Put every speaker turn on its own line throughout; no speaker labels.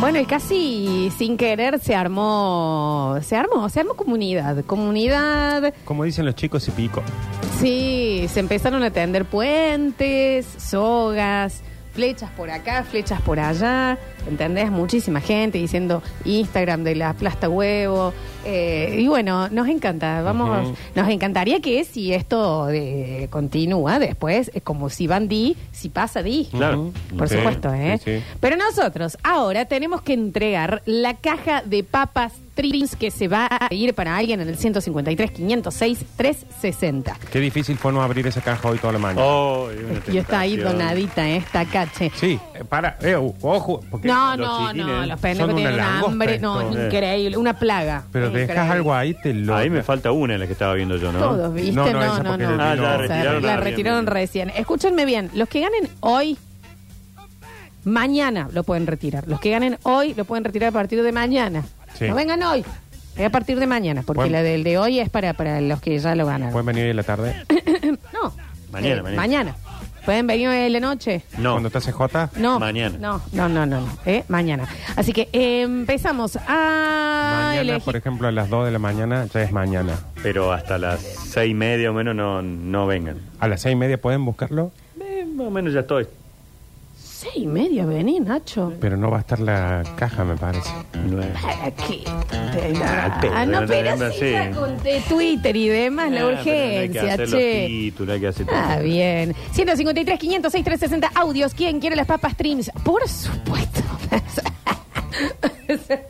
Bueno, y casi sin querer se armó, se armó, se armó comunidad, comunidad,
Como dicen los chicos, se picó.
sí, se empezaron a tender puentes, sogas, flechas por acá, flechas por allá, ¿entendés? Muchísima gente diciendo Instagram de la plasta huevo, eh, y bueno, nos encanta, vamos,
Ujú.
nos encantaría que si esto eh, continúa después, es como si van di, si pasa di.
Claro.
Por
Sí,
supuesto, ¿eh?
sí, sí.
Pero nosotros ahora tenemos que entregar la caja de papas Trims que se va a ir para alguien en el 153 506 360.
Qué difícil fue no abrir esa caja hoy toda la mañana.
Oh, y una
Y está ahí
tentación.
donadita eh, esta cache.
Sí, eh, para, eh, u- ojo. Porque
No,
los
no, no,
chiquines
los
son
pendejos
una
tienen un
langosta
hambre. No, es
esto. eh.
increíble, una plaga.
Pero
Es
dejas
increíble.
algo ahí, te lo.
Ahí me falta una en la que estaba viendo yo, ¿no?
Todos, ¿viste?
No,
No,
no,
no,
esa
no.
porque le
Ah, ya
O sea,
retiraron
la
a-
retiraron
bien, bien.
recién. Escúchenme bien, los que ganen hoy, mañana lo pueden retirar. Los que ganen hoy lo pueden retirar a partir de mañana.
Sí.
No vengan hoy, es a partir de mañana, porque
Bueno.
la del de hoy es para, para los que ya lo ganan.
Pueden venir hoy en la tarde.
No.
Mañana,
Eh,
mañana.
¿Pueden venir hoy en la noche?
No.
Cuando estás CJ.
No.
Mañana.
No, no, no, no. no. Eh, mañana. Así que eh, empezamos a
mañana,
elegir-
por ejemplo, a las 2 de la mañana, ya es mañana.
Pero hasta las seis y media o menos no, no vengan.
A las 6 y media pueden buscarlo,
Eh, más o menos ya estoy.
Seis y media, vení, Nacho.
pero no va a estar la caja, me parece.
Ah,
Eh,
¿Para qué?
Al pedo,
Ah, no,
no te
pero
vendas,
sí,
sí.
ya con de Twitter y demás, la
Ah, pero no hay que
urgencia,
hacer
che.
los títulos, hay que hacer
Ah,
todo.
bien. 153, 506, 360 audios. ¿Quién quiere las papas streams? Por supuesto.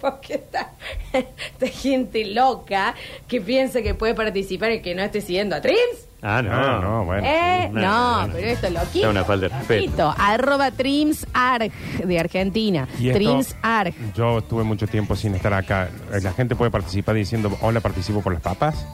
Porque está esta gente loca que piensa que puede participar y que no esté siguiendo a Trims.
Ah, no.
Ah, no, bueno.
Eh,
sí,
no,
no, no, no.
pero esto es loquito.
Es una falta de respeto.
loquito. Arroba TrimsArg de Argentina.
Y esto,
TrimsArg.
Yo tuve mucho tiempo sin estar acá. Eh, La gente puede participar diciendo, hola, participo por las papas.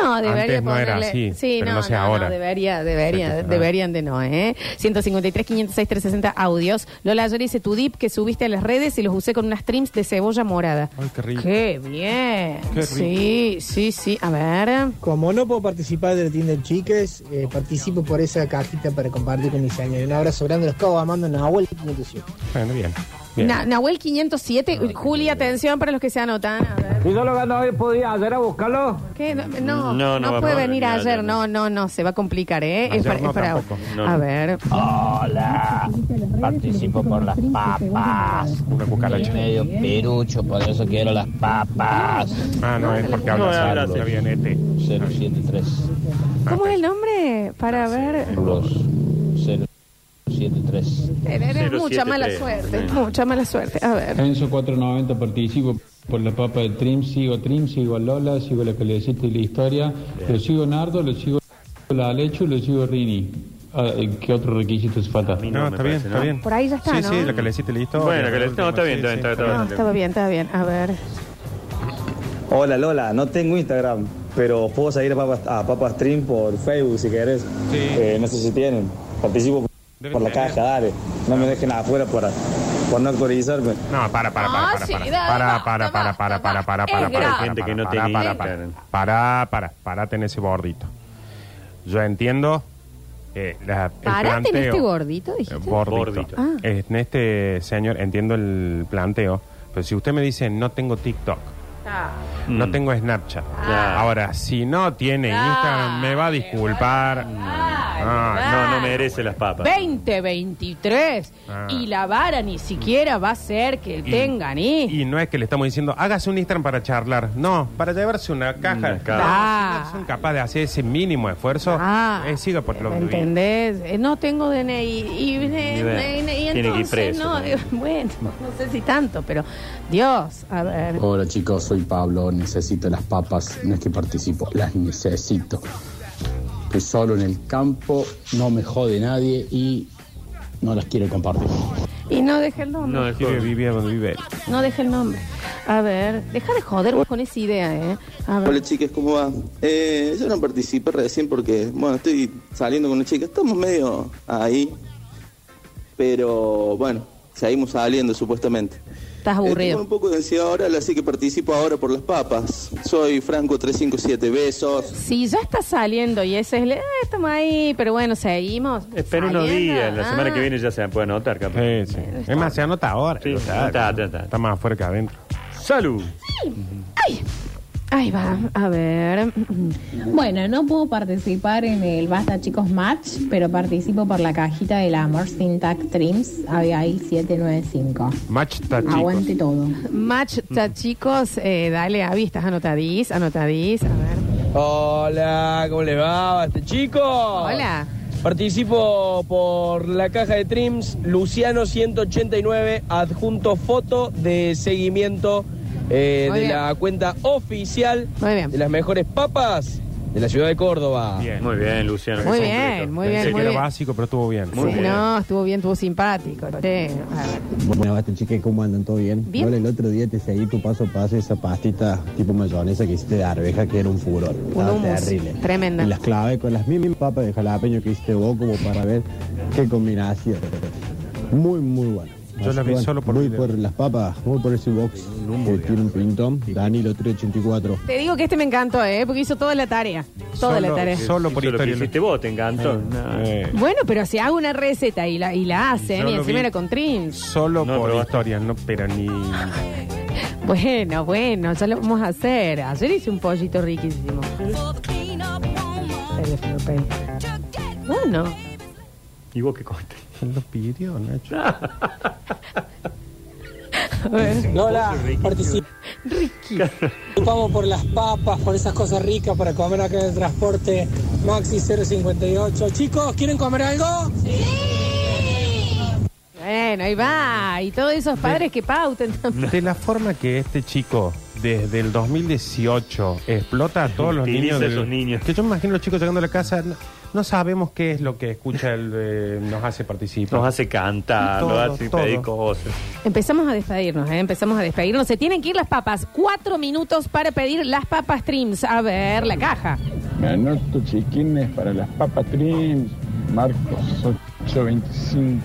No, debería
Antes no era
ponerle-
así,
Sí,
pero no sé ahora.
debería, debería,
Perfecto, ¿no?
deberían de no, ¿eh? 153, 506, 360 audios. Lola, ayer hice tu dip que subiste a las redes y los usé con unas trims de cebolla morada.
Ay, qué rico.
¡Qué bien!
Qué
Sí, sí, sí. A ver.
Como no puedo participar del Tinder Chiques, eh, participo por esa cajita para compartir con mis años. Un abrazo grande, los cago amando en Nahuel 507.
Bueno, bien. bien.
Na- Nahuel 507. Julia, atención para los que se anotan. A ver.
Si no lo ganó hoy, ¿podía ayer a buscarlo?
¿Qué? No, no,
No, no
no
va a
puede
poder
venir
venir
ayer.
ayer,
No, no,
no.
no. Se va a complicar, ¿eh?
Ayer
es para,
no, Ah,
es para-
tampoco.
No,
A
no.
ver.
Hola, participo por las papas.
Una cucaracha.
Soy medio perucho, por eso quiero las papas.
Ah, no, es porque
No,
hablas
era
algo.
así.
Está bien, este.
073.
¿Cómo es el nombre? Para ver.
Los 073.
Eres
073.
mucha mala suerte,
Sí.
mucha mala suerte. A ver.
Enzo 490 participo por la papa de Trim, sigo a Trim, sigo a Lola, sigo la que le deciste y la historia, lo sigo a Nardo, lo sigo a la Alecho, lo sigo a Rini. Ah, ¿Qué otro requisito hace falta?
mí
No,
me
está bien,
parece,
está
¿no?
bien.
Por ahí ya está,
Sí,
¿no?
sí, la que le hiciste listo.
Bueno, la que le- no, está bien, está bien, está bien.
No, Ah, estaba bien, estaba bien. A ver.
Hola Lola, no tengo Instagram, pero puedo seguir a Papas, a Papas Trim por Facebook si querés. Eh, no sé si tienen. Participo
Deben
por la
tener.
caja, dale. No me dejen afuera por, por no actualizarme.
No, para, para,
Ah,
para, para,
sí,
para,
dale,
para,
basta,
para, para,
basta,
para, para,
basta.
para,
Es
para, para,
grave.
Gente que no
para,
tiene
para,
Instagram.
para, para, parate en ese gordito. Yo entiendo eh, la, el
Parate en
planteo.
este gordito, dijiste.
Eh, gordito.
Gordito.
Ah.
En este señor entiendo el planteo, pero si usted me dice no tengo TikTok, no
Mm.
tengo Snapchat,
Ah.
ahora si no tiene
Ah.
Instagram me va a disculpar. Ah,
No, no merece las papas.
2023
Ah.
y la vara ni siquiera va a ser que
Y-
tengan y,
Y no es que le estamos diciendo, hágase un Instagram para charlar. No, para llevarse una caja.
Una caja.
No,
Ah.
si no son capaces de hacer ese mínimo esfuerzo,
Ah.
eh, siga por lo que viene.
¿Entendés? Eh, no tengo DNI. Y, eh,
bueno,
eh, y
tiene que ir
entonces,
preso,
no,
¿no?
eh, bueno, no sé si tanto, pero Dios, a ver.
Hola chicos, soy Pablo, necesito las papas, no es que participo, las necesito. Estoy solo en el campo, no me jode nadie y no las quiero compartir.
Y no deje el nombre.
No, es
Quiere vivir donde vive él.
No deje el nombre. A ver, deja de joder con esa idea, ¿eh? A ver.
Hola chicas, ¿cómo va? Eh, yo no participé recién porque, bueno, estoy saliendo con una chica, estamos medio ahí, pero bueno, seguimos saliendo supuestamente.
Estás
Eh, tengo
aburrido.
un poco de ansiedad ahora, así que participo ahora por las papas. Soy Franco 357 Besos.
Si ya está saliendo y ese es el. Ah, estamos ahí, pero bueno, seguimos.
Espera unos
Saliendo.
días, la semana
Ah,
que viene ya se puede anotar, capaz.
Sí, sí. Es más, se anota ahora.
Sí,
Claro.
está, está, está.
Está más afuera que adentro.
¡Salud!
Ahí va, a ver.
Bueno, no puedo participar en el Basta Chicos Match, pero participo por la cajita del amor Syntax Trims, ahí 795.
Match está chicos.
Aguante todo.
Match, ta, chicos, eh, dale a vistas, anotadís, anotadís, a ver.
Hola, ¿cómo les va? este Basta, chicos.
Hola.
Participo por la caja de trims Luciano 189, adjunto foto de seguimiento eh,
Muy
de
bien.
la cuenta oficial
Muy bien.
de las mejores papas de la ciudad de Córdoba.
Bien.
Muy bien, Luciano.
Muy
qué
bien,
completo.
muy bien,
Pensé
muy
que era
bien.
básico, pero estuvo bien.
Muy
Sí,
bien.
No, estuvo bien, estuvo simpático. sí. A ver.
Bueno, basta, chique, ¿cómo andan? ¿Todo bien?
Bien.
Lola, el otro día te seguí tu paso a paso esa pastita tipo mayonesa que hiciste de arveja que era un furor. Estaba
hummus.
terrible.
Tremenda.
Y las clave con las mismas papas de jalapeño que hiciste vos como para ver qué combinación. Muy, muy bueno.
Yo la vi solo por
Voy
video.
por las papas, voy por ese box que tiene un pintón. Danilo 384.
Te digo que este me encantó, ¿eh? Porque hizo toda la tarea. Toda la
Solo-
tarea.
sí. Solo
Hizo
por
lo
historia,
que
Lu.
hiciste vos, te encantó. No.
Eh,
Bueno, pero si hago una receta y la, y la hacen,
Yo
y
lo
encima
vi.
era con trims.
solo
No,
por
pero-
historias, no, pero ni.
Bueno, bueno, ya lo vamos a hacer. Ayer hice un pollito riquísimo. Teléfono, pe- Bueno,
¿Y vos qué conté?
Él lo pidió, Nacho.
a ver.
Lola, participo.
Ricky.
Vamos por las papas, por esas cosas ricas para comer acá en el transporte. Maxi 058. Chicos, ¿quieren comer algo?
Bueno, ahí va. Y todos esos padres que pauten también.
De la forma que este chico desde el 2018 explota a todos los
Utiliza
niños, del-
esos niños.
Que yo me imagino los chicos llegando a la casa, no, no sabemos qué es lo que escucha el eh, nos hace participar.
Nos hace cantar,
Todo,
nos hace
todo.
pedir cosas.
Empezamos a despedirnos, ¿eh? Empezamos a despedirnos. Se tienen que ir las papas. Cuatro minutos para pedir las papas trims. A ver, la caja.
Me anoto chiquines para las papas trims, Marcos 825.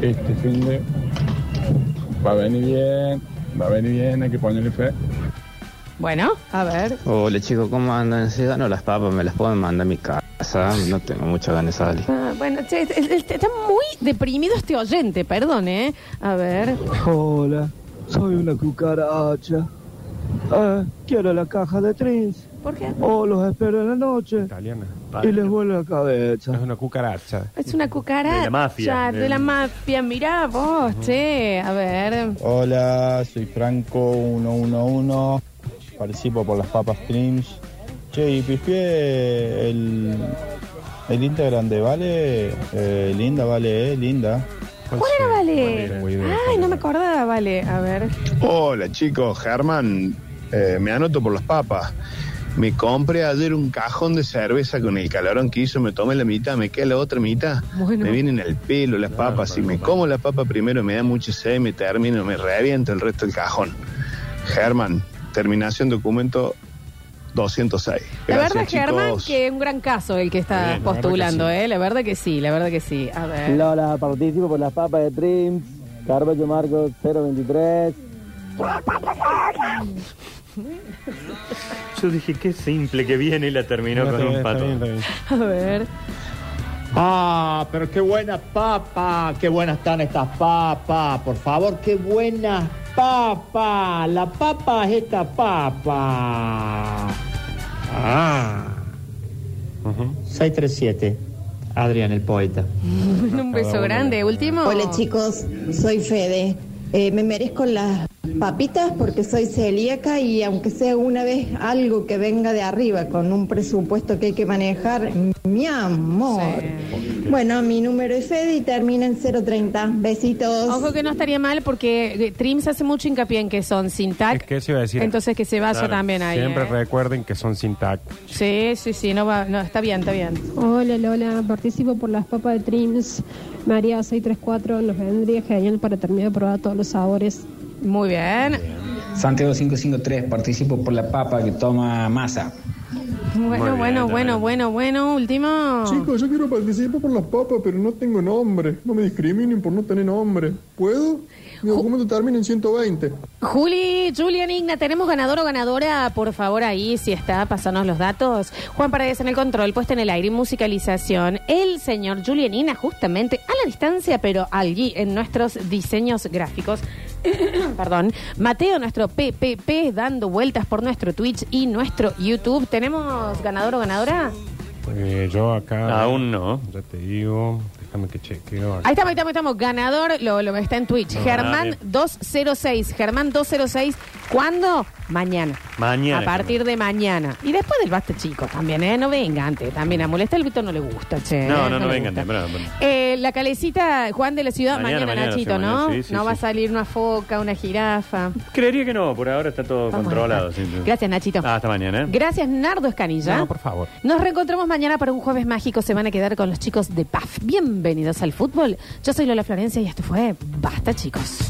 Este fin de. Va a venir bien, va a venir bien, hay que ponerle fe.
Bueno, a ver.
Hola chicos, ¿cómo andan? Si no las papas, me las pueden mandar a mi casa. No tengo mucha ganas de salir.
Ah, bueno, che, es- es- está muy deprimido este oyente, perdón, ¿eh? A ver.
Hola, soy una cucaracha. Eh, quiero la caja de Trins.
¿Por qué?
O los espero en la noche
Italiana.
y les vuelve la
Es
cabeza.
una cucaracha.
Es una cucaracha.
De la mafia. eh.
De la mafia, mirá vos, che. A ver.
Hola, soy Franco 111. Participo por las papas streams. Che, y pispié el, el Instagram de Vale. eh, linda, Vale, eh, linda.
Pues
¿Cuál era,
Tengo
Vale?
idea.
Ay, no me acordaba, Vale. A ver.
Hola chicos, Germán, eh, me anoto por las papas. Me compré ayer un cajón de cerveza con el calorón que hizo, me tomé la mitad, me queda la otra mitad.
Ah, Bueno.
Me vienen al pelo las papas, si me como la papa primero me da mucha sed, me termino, me reviento el resto del cajón. Germán, terminación documento 206.
La
Gracias,
verdad, Germán,
chicos.
que es un gran caso el que está
Bien, la verdad que
postulando,
sí.
¿eh? La verdad que sí, la verdad que sí. A ver.
Lola, participo por las papas de Trims. Carballo Marcos 023.
Yo dije, qué simple que viene y la terminó
Está
con
bien,
un
está
pato.
bien, está bien.
A ver.
Ah, pero qué buenas papas, qué buenas están estas papas, por favor, qué buenas papas, la papa es esta papa. Ah. 637, Adrián el poeta.
Un beso grande. Último.
Hola chicos, soy Fede. Eh, me merezco las papitas porque soy celíaca y aunque sea una vez algo que venga de arriba con un presupuesto que hay que manejar, mi amor. Bueno, mi número es Fede y termina en 030. Besitos.
Ojo que no estaría mal porque eh, Trims hace mucho hincapié en que son sin tac.
Es que eso iba a decir.
Entonces que se vaya también ahí.
Siempre
¿eh?
recuerden que son sin tac.
Sí, sí, sí, no va, no, está bien, está bien.
Hola Lola, participo por las papas de Trims. María 634, nos vendría genial para terminar de probar todos los sabores.
Muy bien.
Santiago 553, participo por la papa que toma masa.
Bueno,
bien,
bueno,
está
bueno,
bien.
bueno, bueno, último.
yo quiero participar por las papas, pero no tengo nombre. No me discriminen por no tener nombre. ¿Puedo?
Mi documento termina en 120.
Juli, Julian Igna, ¿tenemos ganador o ganadora? Por favor, ahí, si está, pasanos los datos. Juan Paredes en el control, puesta en el aire y musicalización. El señor Julian Igna, justamente a la distancia, pero allí en nuestros diseños gráficos. Perdón. Mateo, nuestro PPP, dando vueltas por nuestro Twitch y nuestro YouTube. ¿Tenemos ganador o ganadora?
Eh, yo acá.
Aún no.
Ya te digo. Déjame que chequeo. acá.
Ahí estamos, ahí estamos, ahí estamos. Ganador, lo, lo está en Twitch.
No,
Germán
nada,
206. Germán 206. ¿Cuándo? Mañana.
Mañana.
a partir de mañana. Y después del basta, chicos, también, ¿eh? No vengan antes. También a molestar el grito no le gusta, che.
No,
¿eh?
no, no,
le
vengan
gusta.
temprano. temprano.
Eh, la calecita Juan de la Ciudad, mañana,
Mañana, mañana,
Nachito,
sí,
¿no?
mañana, sí, sí,
no va a
sí.
salir una foca, una jirafa.
Creería que no, por ahora está todo
Vamos a
controlado. sí, sí.
Gracias, Nachito.
Ah, hasta mañana, ¿eh?
Gracias, Nardo Escanilla.
No, por favor.
Nos reencontramos mañana para un jueves mágico. Se van a quedar con los chicos de PAF. Bienvenidos al fútbol. Yo soy Lola Florencia y esto fue Basta, chicos.